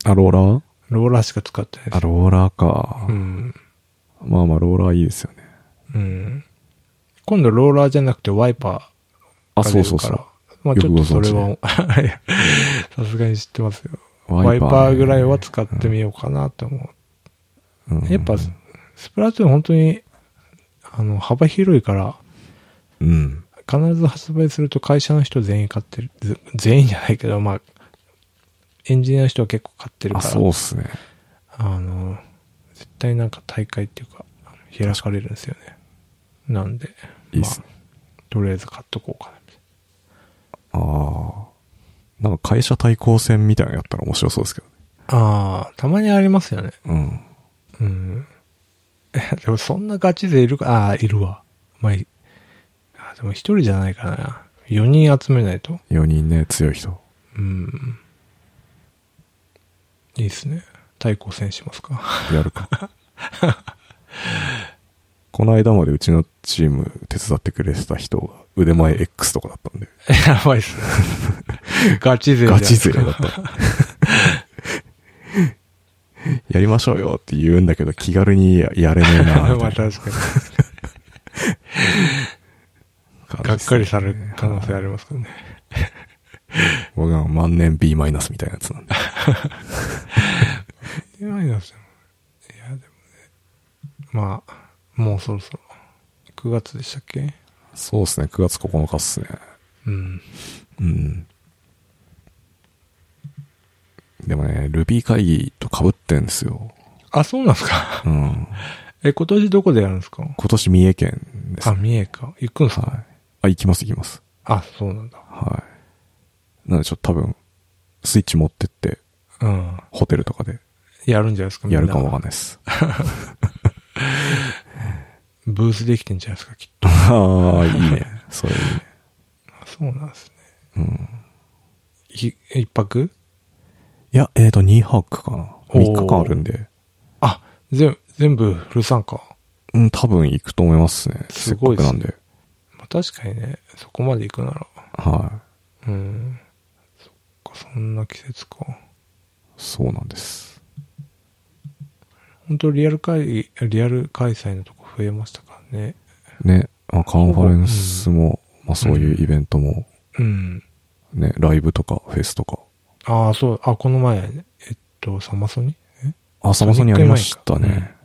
[SPEAKER 2] あ、ローラー
[SPEAKER 1] ローラーしか使ってないで
[SPEAKER 2] あ、
[SPEAKER 1] す。
[SPEAKER 2] ローラーか
[SPEAKER 1] う。ん。
[SPEAKER 2] まあまあ、ローラーいいですよね。
[SPEAKER 1] うん。今度ローラーじゃなくてワイパー
[SPEAKER 2] あ、
[SPEAKER 1] が
[SPEAKER 2] そ
[SPEAKER 1] 出
[SPEAKER 2] うそ
[SPEAKER 1] る
[SPEAKER 2] う
[SPEAKER 1] か
[SPEAKER 2] そう
[SPEAKER 1] ら。。まあちょっとそれは
[SPEAKER 2] よ、
[SPEAKER 1] いや さすがに知ってますよ。ワイパーぐらいは使ってみようかなと思
[SPEAKER 2] うん、
[SPEAKER 1] う。やっぱ、スプラトゥーン本当に、あの、幅広いから、
[SPEAKER 2] うん。
[SPEAKER 1] 必ず発売すると会社の人全員買ってる。ぜ全員じゃないけど、まあ、エンジニアの人は結構買ってる
[SPEAKER 2] あ、
[SPEAKER 1] から、
[SPEAKER 2] そうっすね。
[SPEAKER 1] あの、絶対なんか大会っていうか、開かれるんですよね。なんで、
[SPEAKER 2] いいっすね
[SPEAKER 1] まあ、とりあえず買っとこうかな。
[SPEAKER 2] ああ。なんか会社対抗戦みたいなのやったら面白そうですけどね。
[SPEAKER 1] ああ、たまにありますよね。
[SPEAKER 2] うん。
[SPEAKER 1] うん。でもそんなガチ勢いるか、ああー、いるわ。まあ、いあーでも一人じゃないからな。4人集めないと。
[SPEAKER 2] 4人ね、強い人。
[SPEAKER 1] うん。いいっすね。対抗戦しますか。
[SPEAKER 2] やるか。 この間までうちのチーム手伝ってくれてた人が腕前 X とかだったんで。
[SPEAKER 1] やばいっすね。 ガチ勢じゃん
[SPEAKER 2] ガチ勢だった。 やりましょうよって言うんだけど気軽にややれねえな み
[SPEAKER 1] ま
[SPEAKER 2] た
[SPEAKER 1] あ
[SPEAKER 2] いな
[SPEAKER 1] 確かに。が
[SPEAKER 2] 感
[SPEAKER 1] っ
[SPEAKER 2] じですね
[SPEAKER 1] かりされる可能性ありますからね。
[SPEAKER 2] 僕は万年 B マイナスみたいなやつなんで。
[SPEAKER 1] いやいや、でもね。まあ、もうそろそろ。9月でしたっけ
[SPEAKER 2] そうですね、9月9日っすね。
[SPEAKER 1] うん。
[SPEAKER 2] うん。でもね、Ruby 会議と被ってんですよ。
[SPEAKER 1] あ、そうなんですか。
[SPEAKER 2] うん。
[SPEAKER 1] え、今年どこでやるんですか
[SPEAKER 2] 今年三重県です。
[SPEAKER 1] あ、
[SPEAKER 2] はい。
[SPEAKER 1] 三重か。行くんすか、
[SPEAKER 2] あ、行きます行きます。
[SPEAKER 1] あ、そうなんだ。
[SPEAKER 2] はい。なんでちょっと多分、スイッチ持ってって、
[SPEAKER 1] うん。
[SPEAKER 2] ホテルとかで
[SPEAKER 1] やるんじゃないですかみん
[SPEAKER 2] や
[SPEAKER 1] な
[SPEAKER 2] るかもわかんないです。
[SPEAKER 1] ブースできてんじゃないですかきっと。
[SPEAKER 2] ああ、いいね。それいいね。
[SPEAKER 1] あそうなんですね。
[SPEAKER 2] うん。
[SPEAKER 1] ひ一泊
[SPEAKER 2] いや、えっ、ー、と、2泊かな。
[SPEAKER 1] おー
[SPEAKER 2] 3日間あるんで。
[SPEAKER 1] あ、全、全部フル参加。
[SPEAKER 2] うん、多分行くと思いますね。
[SPEAKER 1] すごいっ
[SPEAKER 2] せっ
[SPEAKER 1] す
[SPEAKER 2] か
[SPEAKER 1] ね
[SPEAKER 2] くなんで。
[SPEAKER 1] まあ、確かにね、そこまで行くなら。
[SPEAKER 2] は
[SPEAKER 1] うん。そっか、そんな季節か。
[SPEAKER 2] い。そうなんです。
[SPEAKER 1] 本当リアル開、リアル開催のとこ増えましたからね。
[SPEAKER 2] ね。まあ、カンファレンスも、まあそういうイベントも、
[SPEAKER 1] うん。
[SPEAKER 2] ね、ライブとかフェスとか。
[SPEAKER 1] ああ、そう、あ、この前、えっと、サマソニえ
[SPEAKER 2] あ、サマソニありましたね。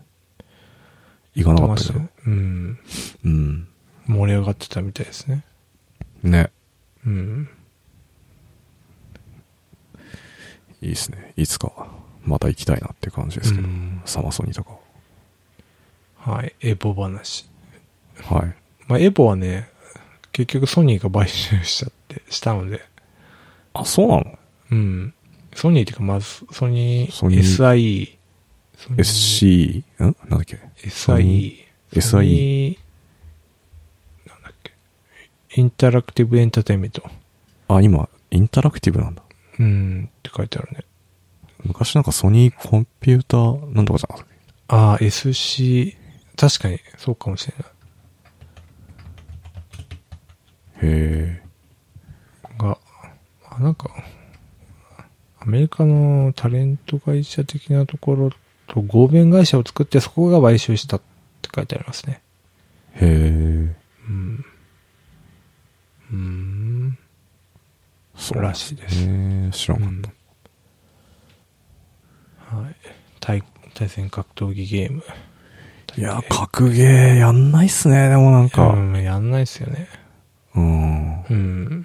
[SPEAKER 2] 行かなかったけど。
[SPEAKER 1] ね。うん。
[SPEAKER 2] うん。
[SPEAKER 1] 盛り上がってたみたいですね。
[SPEAKER 2] ね。
[SPEAKER 1] うん。
[SPEAKER 2] いいですね。いつか、また行きたいなっていう感じですけど。サマソニとか。
[SPEAKER 1] はい、エボ話。
[SPEAKER 2] はい。
[SPEAKER 1] まあ、エボはね、結局ソニーが買収しちゃって、したので、
[SPEAKER 2] あ、そうなの
[SPEAKER 1] うん。ソニーっていうか、まず、ソニー、
[SPEAKER 2] ソニー
[SPEAKER 1] SIE、ソニー
[SPEAKER 2] ?SC、んなんだっけ
[SPEAKER 1] SIE、
[SPEAKER 2] SIE
[SPEAKER 1] ソニーなんだっけ、インタラクティブエンターテインメント。
[SPEAKER 2] あ、今、インタラクティブなんだ。
[SPEAKER 1] うん、って書いてあるね。
[SPEAKER 2] 昔なんかソニーコンピューター、なんとかじゃなかったっ
[SPEAKER 1] ああ、SC、確かに、そうかもしれない。
[SPEAKER 2] けへ
[SPEAKER 1] が、あなんか、アメリカのタレント会社的なところと合弁会社を作ってそこが買収したって書いてありますね。
[SPEAKER 2] え。へえ。
[SPEAKER 1] うん。うーん。
[SPEAKER 2] そう
[SPEAKER 1] らしいで
[SPEAKER 2] へ
[SPEAKER 1] す。
[SPEAKER 2] え知らんかった。
[SPEAKER 1] うんはい。対、対戦格闘技ゲーム。
[SPEAKER 2] いや、格ゲーやんないっすね、でもなん
[SPEAKER 1] う
[SPEAKER 2] か。
[SPEAKER 1] ん、やんないっすよね。
[SPEAKER 2] うん。
[SPEAKER 1] うん。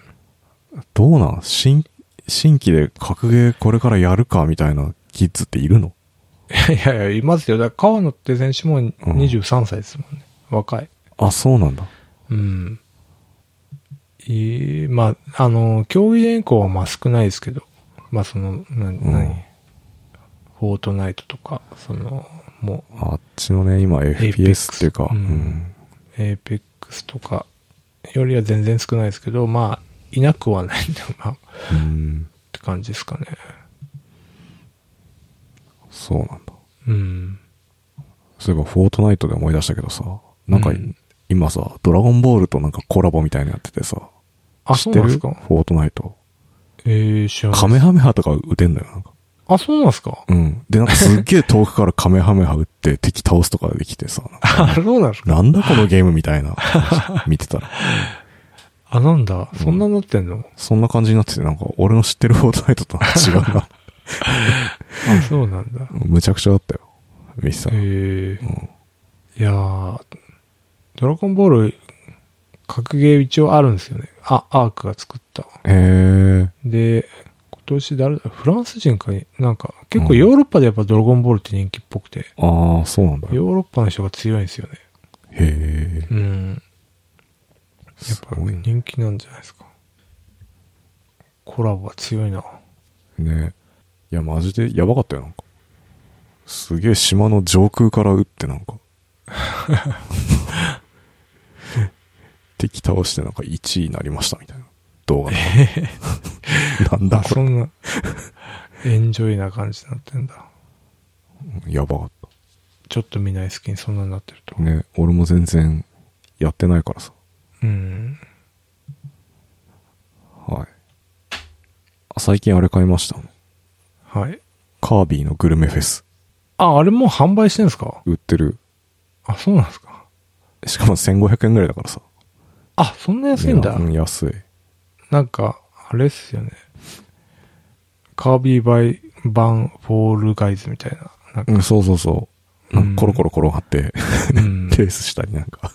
[SPEAKER 2] どうなん新、新規で格ゲーこれからやるかみたいなキッズっているの
[SPEAKER 1] いやいや、いますよ。だから川野って選手も23歳ですもんね。若い。
[SPEAKER 2] あ、そうなんだ。
[SPEAKER 1] うん。いいまあ、あの、競技連行はまあ少ないですけど、まあその、な、
[SPEAKER 2] ん
[SPEAKER 1] 何、フォートナイトとか、その、も
[SPEAKER 2] あっちのね、今 FPS っていうか、
[SPEAKER 1] う
[SPEAKER 2] うんん。
[SPEAKER 1] う、エーペックスとかよりは全然少ないですけど、まあ、いなくはないんだな、っ
[SPEAKER 2] うん。
[SPEAKER 1] て感じですかね。
[SPEAKER 2] そうなんだ。
[SPEAKER 1] うん。
[SPEAKER 2] そういえば、フォートナイトで思い出したけどさ、なんか
[SPEAKER 1] うん
[SPEAKER 2] 今さ、ドラゴンボールとなんかコラボみたいなのやっててさ、
[SPEAKER 1] あ、
[SPEAKER 2] 知
[SPEAKER 1] そう
[SPEAKER 2] って
[SPEAKER 1] なん
[SPEAKER 2] る
[SPEAKER 1] です
[SPEAKER 2] フ
[SPEAKER 1] か
[SPEAKER 2] ォートナイト。
[SPEAKER 1] えー、知らない
[SPEAKER 2] カメハメハとか撃てんだよ、なんか。
[SPEAKER 1] あ、そうなんですか
[SPEAKER 2] うん。で、なんかすっげえ遠くからカメハメハ撃って敵倒すとかできてさ、なんか
[SPEAKER 1] あ、そうなんですか
[SPEAKER 2] なんだこのゲームみ たいな、見てたら。
[SPEAKER 1] あ、なんだ。
[SPEAKER 2] ん
[SPEAKER 1] そんななってんの、
[SPEAKER 2] そんな感じになってて、なんか俺の知ってるフォートナイトとは違うな。
[SPEAKER 1] あ、そうなんだ。
[SPEAKER 2] むちゃくちゃだったよ。ミスさん。
[SPEAKER 1] ええ
[SPEAKER 2] うん
[SPEAKER 1] いやー、ドラゴンボール、格ゲー一応あるんですよね。あ、アークが作った。
[SPEAKER 2] へえ。
[SPEAKER 1] で、今年誰だ、フランス人かに、なんか、結構ヨーロッパでやっぱドラゴンボールって人気っぽくて、
[SPEAKER 2] ああ、そうなんだ。へ
[SPEAKER 1] ヨーロッパの人が強いんですよね。
[SPEAKER 2] え。
[SPEAKER 1] うん。やっ
[SPEAKER 2] す
[SPEAKER 1] ぱ
[SPEAKER 2] ごいね。
[SPEAKER 1] 人気なんじゃないですか。コラボは強いな。
[SPEAKER 2] ねいや、マジでやばかったよ、なんか。すげえ島の上空から撃って、なんか。敵倒して、なんか1位になりました、みたいな動 画の。なんだ
[SPEAKER 1] あ、
[SPEAKER 2] こ
[SPEAKER 1] そんな、エンジョイな感じになってんだ。
[SPEAKER 2] れ。やばかっ
[SPEAKER 1] ちょっと見ない隙にそんなになってると
[SPEAKER 2] た。。ね俺も全然やってないからさ。
[SPEAKER 1] うん。
[SPEAKER 2] はい。あ最近あれ買いました。
[SPEAKER 1] はい。
[SPEAKER 2] カービィのグルメフェス。
[SPEAKER 1] あ、あれもう販売してんですか
[SPEAKER 2] 売ってる。
[SPEAKER 1] あ、そうなんですか
[SPEAKER 2] しかも1500円ぐらいだからさ。
[SPEAKER 1] あ、そんな安いんだ。
[SPEAKER 2] うん安い。
[SPEAKER 1] なんか、あれっすよね。カービィバイ版フォールガイズみたいな。なん か
[SPEAKER 2] うん、そうそうそう。なん
[SPEAKER 1] うん
[SPEAKER 2] かコロコロ転がって、
[SPEAKER 1] うん
[SPEAKER 2] レースしたりなんか。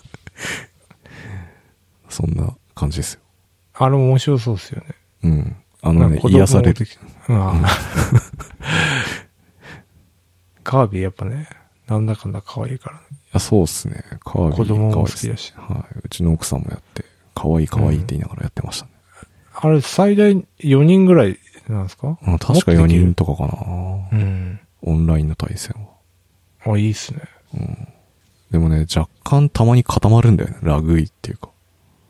[SPEAKER 2] そんな感じですよ。
[SPEAKER 1] あれも面白そうっすよね。
[SPEAKER 2] うん。あ
[SPEAKER 1] な
[SPEAKER 2] の
[SPEAKER 1] ん
[SPEAKER 2] ね
[SPEAKER 1] か、子供
[SPEAKER 2] 癒される
[SPEAKER 1] で。きうん あーカービィやっぱね、なんだかんだ可愛いからね。
[SPEAKER 2] あそうっすね。カービィ
[SPEAKER 1] 子供も
[SPEAKER 2] 可
[SPEAKER 1] 好
[SPEAKER 2] 愛いっす
[SPEAKER 1] きだし。
[SPEAKER 2] はい。うちの奥さんもやって、可愛い可愛いって言いながらやってましたね。
[SPEAKER 1] あれ最大4人ぐらいなんですか
[SPEAKER 2] うん、確か4
[SPEAKER 1] もっとでき
[SPEAKER 2] 人
[SPEAKER 1] る
[SPEAKER 2] とかかな、
[SPEAKER 1] うん。
[SPEAKER 2] オンラインの対戦は。
[SPEAKER 1] あ、いいっすね。
[SPEAKER 2] でもね、若干たまに固まるんだよね。ラグいっていうか。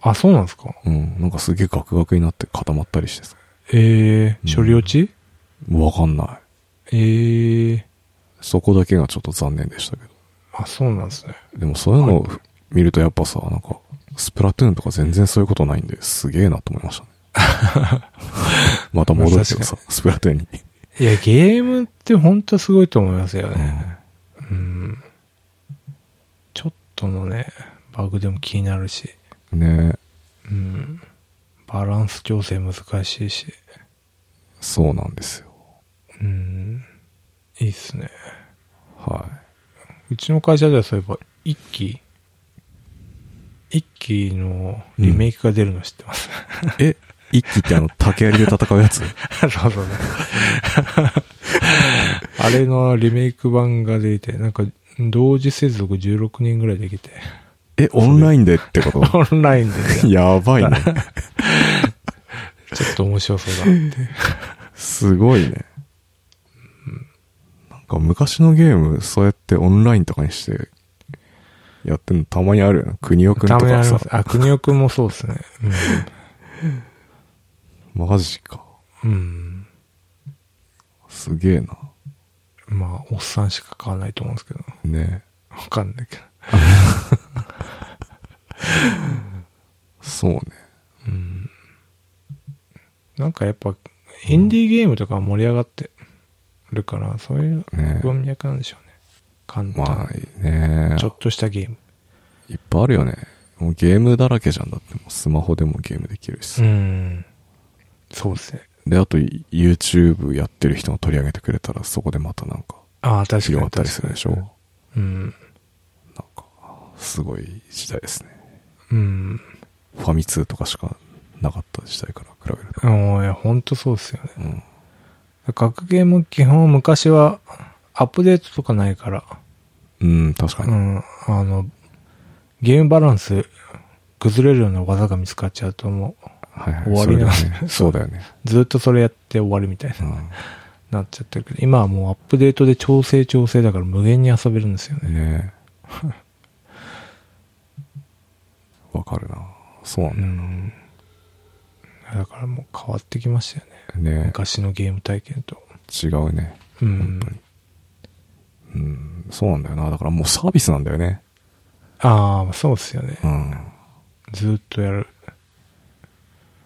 [SPEAKER 1] あ、そうなんですか
[SPEAKER 2] うん。なんかすげえガクガクになって固まったりしてさ。
[SPEAKER 1] ええ
[SPEAKER 2] うん
[SPEAKER 1] 処理落ち、
[SPEAKER 2] わかんない。
[SPEAKER 1] ええ
[SPEAKER 2] そこだけがちょっと残念でしたけど。
[SPEAKER 1] あ、そうなんですね。
[SPEAKER 2] でもそういうのを見るとやっぱさ、なんか、スプラトゥーンとか全然そういうことないんで、すげえなと思いましたね。 また戻るけどさ、スプラトゥーンに。
[SPEAKER 1] いや、ゲームって本当すごいと思いますよ
[SPEAKER 2] う
[SPEAKER 1] ね。う
[SPEAKER 2] ん
[SPEAKER 1] ん。ちょっとのね、バグでも気になるし、
[SPEAKER 2] ねえ、
[SPEAKER 1] うん。バランス調整難しいし、
[SPEAKER 2] そうなんですよ。
[SPEAKER 1] うん。いいっすね。
[SPEAKER 2] は
[SPEAKER 1] うちの会社ではそういえば、一期一期のリメイクが出るの知って ます。
[SPEAKER 2] い。え、一気ってあの、竹槍で戦うやつ
[SPEAKER 1] そう そうね。あれのリメイク版が出て、なんか、同時接続16人ぐらいできて、
[SPEAKER 2] え、オンラインでってこと
[SPEAKER 1] オンラインで、ち
[SPEAKER 2] やばいね。
[SPEAKER 1] ょっと面白そうだなって。
[SPEAKER 2] すごいね。なんか昔のゲーム、そうやってオンラインとかにして、やってんのたまにあるよな。国尾くんと
[SPEAKER 1] たまにあ
[SPEAKER 2] か
[SPEAKER 1] り
[SPEAKER 2] さ
[SPEAKER 1] ます。。あ、国尾くんもそうですね。
[SPEAKER 2] マジか。
[SPEAKER 1] うん。
[SPEAKER 2] すげえな。
[SPEAKER 1] うん、まあ、おっさんしか買わないと思うんですけど、
[SPEAKER 2] ね
[SPEAKER 1] わかんないけど。
[SPEAKER 2] え。そうね。
[SPEAKER 1] うん。なんかやっぱ、インディーゲームとか盛り上がってるから、そういう
[SPEAKER 2] ねえ
[SPEAKER 1] 文脈なんでしょうね。簡単。
[SPEAKER 2] まあねえ
[SPEAKER 1] ちょ。っとしたゲーム。
[SPEAKER 2] いっぱいあるよね。もうゲームだらけじゃんだって、もうスマホでもゲームできるし
[SPEAKER 1] う
[SPEAKER 2] さ。
[SPEAKER 1] ん。そうですね。
[SPEAKER 2] で、あと YouTube やってる人も取り上げてくれたら、そこでまたなんか、
[SPEAKER 1] ああ、確かに。
[SPEAKER 2] 広がったりするでしょ。なん
[SPEAKER 1] うん。
[SPEAKER 2] か、すごい時代ですね。
[SPEAKER 1] うん。
[SPEAKER 2] ファミ通とかしかなかった時代から比べると。
[SPEAKER 1] もういや、ほんとそうですよね。
[SPEAKER 2] うん。
[SPEAKER 1] 学芸も基本昔はアップデートとかないから、
[SPEAKER 2] うん、確か
[SPEAKER 1] う
[SPEAKER 2] に。
[SPEAKER 1] ん。あの、ゲームバランス崩れるような技が見つかっちゃうともう、
[SPEAKER 2] はいはい。
[SPEAKER 1] 終わりなん
[SPEAKER 2] それ だよね。そうだよね。
[SPEAKER 1] ずっとそれやって終わりみたいな、
[SPEAKER 2] う
[SPEAKER 1] なっちゃってるけど、今はもうアップデートで調整調整だから無限に遊べるんですよね。
[SPEAKER 2] ん。ね え。わかるな。そうなん
[SPEAKER 1] う
[SPEAKER 2] だよ
[SPEAKER 1] ん。だからもう変わってきましたよね。
[SPEAKER 2] ね
[SPEAKER 1] 昔のゲーム体験と。
[SPEAKER 2] 違うね。
[SPEAKER 1] うん。
[SPEAKER 2] うん、そうなんだよな。だからもうサービスなんだよね。
[SPEAKER 1] ああ、そうっすよね
[SPEAKER 2] う。ん。
[SPEAKER 1] ずっとやる。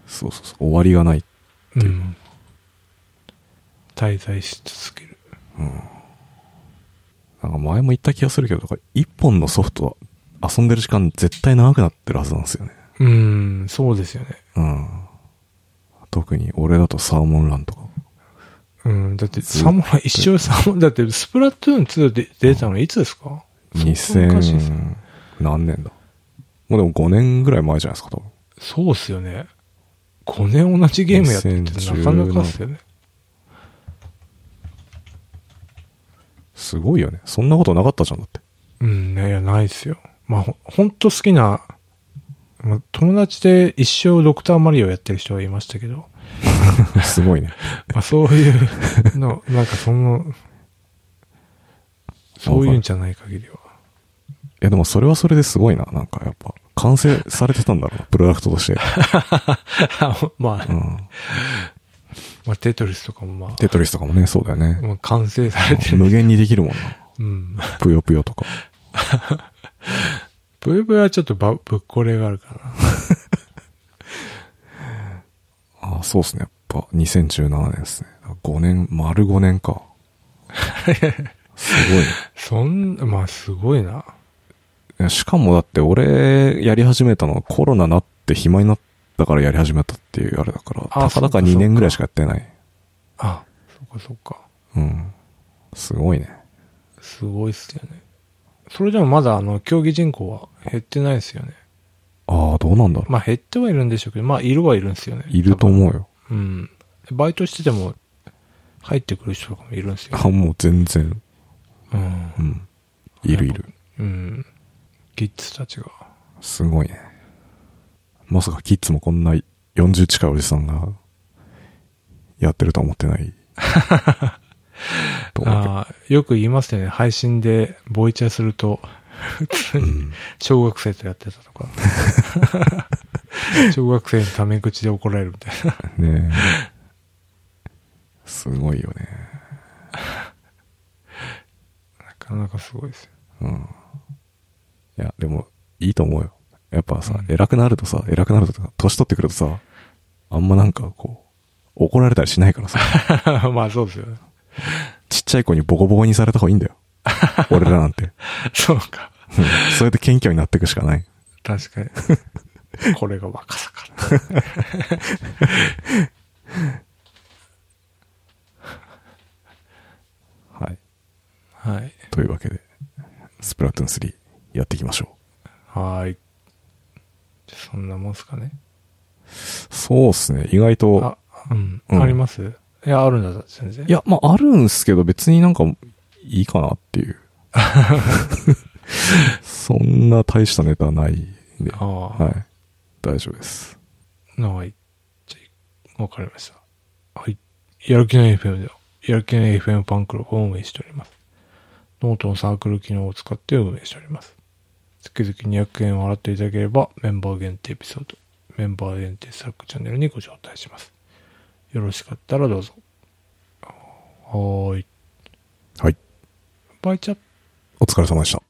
[SPEAKER 2] そうそうそう。終わりがない。
[SPEAKER 1] うん。滞在し続ける。
[SPEAKER 2] なんか前も言った気がするけど、だから一本のソフトは遊んでる時間絶対長くなってるはずなんですよね。
[SPEAKER 1] うん、そうですよね。
[SPEAKER 2] うん。特に俺だとサーモンランとか。
[SPEAKER 1] うん、だって、サモラ、一生サモラ、だって、スプラトゥーン2で出たのいつですかそう昔です
[SPEAKER 2] 2000、何年だもうでも5年ぐらい前じゃないですか、多分。
[SPEAKER 1] そうっすよね。5年同じゲームやってるってなかなかっすよね。
[SPEAKER 2] すごいよね。そんなことなかったじゃん、だって。
[SPEAKER 1] うん、ねいや、ないっすよ。まあ、ほほんと好きな、まあ、友達で一生ドクターマリオやってる人はいましたけど、
[SPEAKER 2] すごいね。
[SPEAKER 1] まあ、そういう の、なんかその、そういうんじゃない限りは。
[SPEAKER 2] いやでもそれはそれですごいな。なんかやっぱ、完成されてたんだろうな、プロダクトとして。
[SPEAKER 1] まあ、
[SPEAKER 2] うん。
[SPEAKER 1] まあ、テトリスとかもま
[SPEAKER 2] テトリスとかもね、そうだよね
[SPEAKER 1] あ、。もう完成されてる。
[SPEAKER 2] 無限にできるもんな。
[SPEAKER 1] うん。
[SPEAKER 2] ぷよぷよとか。
[SPEAKER 1] ブイブイはちょっとばぶっこれがあるかな。
[SPEAKER 2] ああ、そうっすね。やっぱ2017年ですね。5年、丸5年か。すごいね
[SPEAKER 1] そん、まあすごいな。
[SPEAKER 2] いや。しかもだって俺やり始めたのはコロナなって暇になったからやり始めたっていうあれだから、
[SPEAKER 1] あ
[SPEAKER 2] たかだ
[SPEAKER 1] そ
[SPEAKER 2] か
[SPEAKER 1] うか
[SPEAKER 2] 2年ぐらいしかやってない。
[SPEAKER 1] あ、そっかそっか。
[SPEAKER 2] うん。すごいね。
[SPEAKER 1] すごいっすよね。それでもまだあの、競技人口は減ってないですよね。
[SPEAKER 2] ああ、どうなんだろう。
[SPEAKER 1] まあ減ってはいるんでしょうけど、まあいるはいるんですよね。
[SPEAKER 2] いると思うよ。
[SPEAKER 1] 多分。うん。バイトしてても、入ってくる人とかもいるんですよ。
[SPEAKER 2] あ、もう全然。
[SPEAKER 1] うん
[SPEAKER 2] う。ん。いるいる。
[SPEAKER 1] うん。キッズたちが。
[SPEAKER 2] すごいね。まさかキッズもこんな40近いおじさんがやってるとは思って ない。と思うけど
[SPEAKER 1] ああ、よく言いますよね。配信でボイチャすると、普通
[SPEAKER 2] う
[SPEAKER 1] に
[SPEAKER 2] ん
[SPEAKER 1] 小学生とやってた とか。小学生にタメ口で怒られるみたいな。
[SPEAKER 2] ねえ。すごいよね。
[SPEAKER 1] なかなかすごいですよ。
[SPEAKER 2] うん。いや、でも、いいと思うよ。やっぱさ、
[SPEAKER 1] うん
[SPEAKER 2] 偉くなるとさ、偉くなるとさ、年取ってくるとさ、あんまなんかこう、怒られたりしな いからさ、
[SPEAKER 1] まあそうですよね。
[SPEAKER 2] ちっちゃい子にボコボコにされた方がいい んだよ。俺らなんて。うん
[SPEAKER 1] そうか。
[SPEAKER 2] それで謙虚になっていくしかない。
[SPEAKER 1] 確かに。 これが若さか
[SPEAKER 2] はい。
[SPEAKER 1] な。はい。
[SPEAKER 2] というわけで、スプラトゥーン3やっていきましょ
[SPEAKER 1] はーい。じゃそんなもんすかね。
[SPEAKER 2] う。そうっすね。意外と
[SPEAKER 1] あ、、うん。
[SPEAKER 2] うん
[SPEAKER 1] ありますいや、あるんだ、全然。
[SPEAKER 2] い、や、まあ、あるんすけど、別になんか、いいかなっていう。 そんな大したネタないんで。
[SPEAKER 1] ああ、
[SPEAKER 2] はい。大丈夫です。
[SPEAKER 1] はい。じゃあわかりました。はい。やる気ない FM では、やる気ない FM パンクロを運営しております。ノートのサークル機能を使って運営しております。月々200円を払っていただければ、メンバー限定エピソード、メンバー限定スラックチャンネルにご招待します。よろしかったらどうぞ。はーい。
[SPEAKER 2] はい。
[SPEAKER 1] バイチャップ
[SPEAKER 2] お疲れ様でした。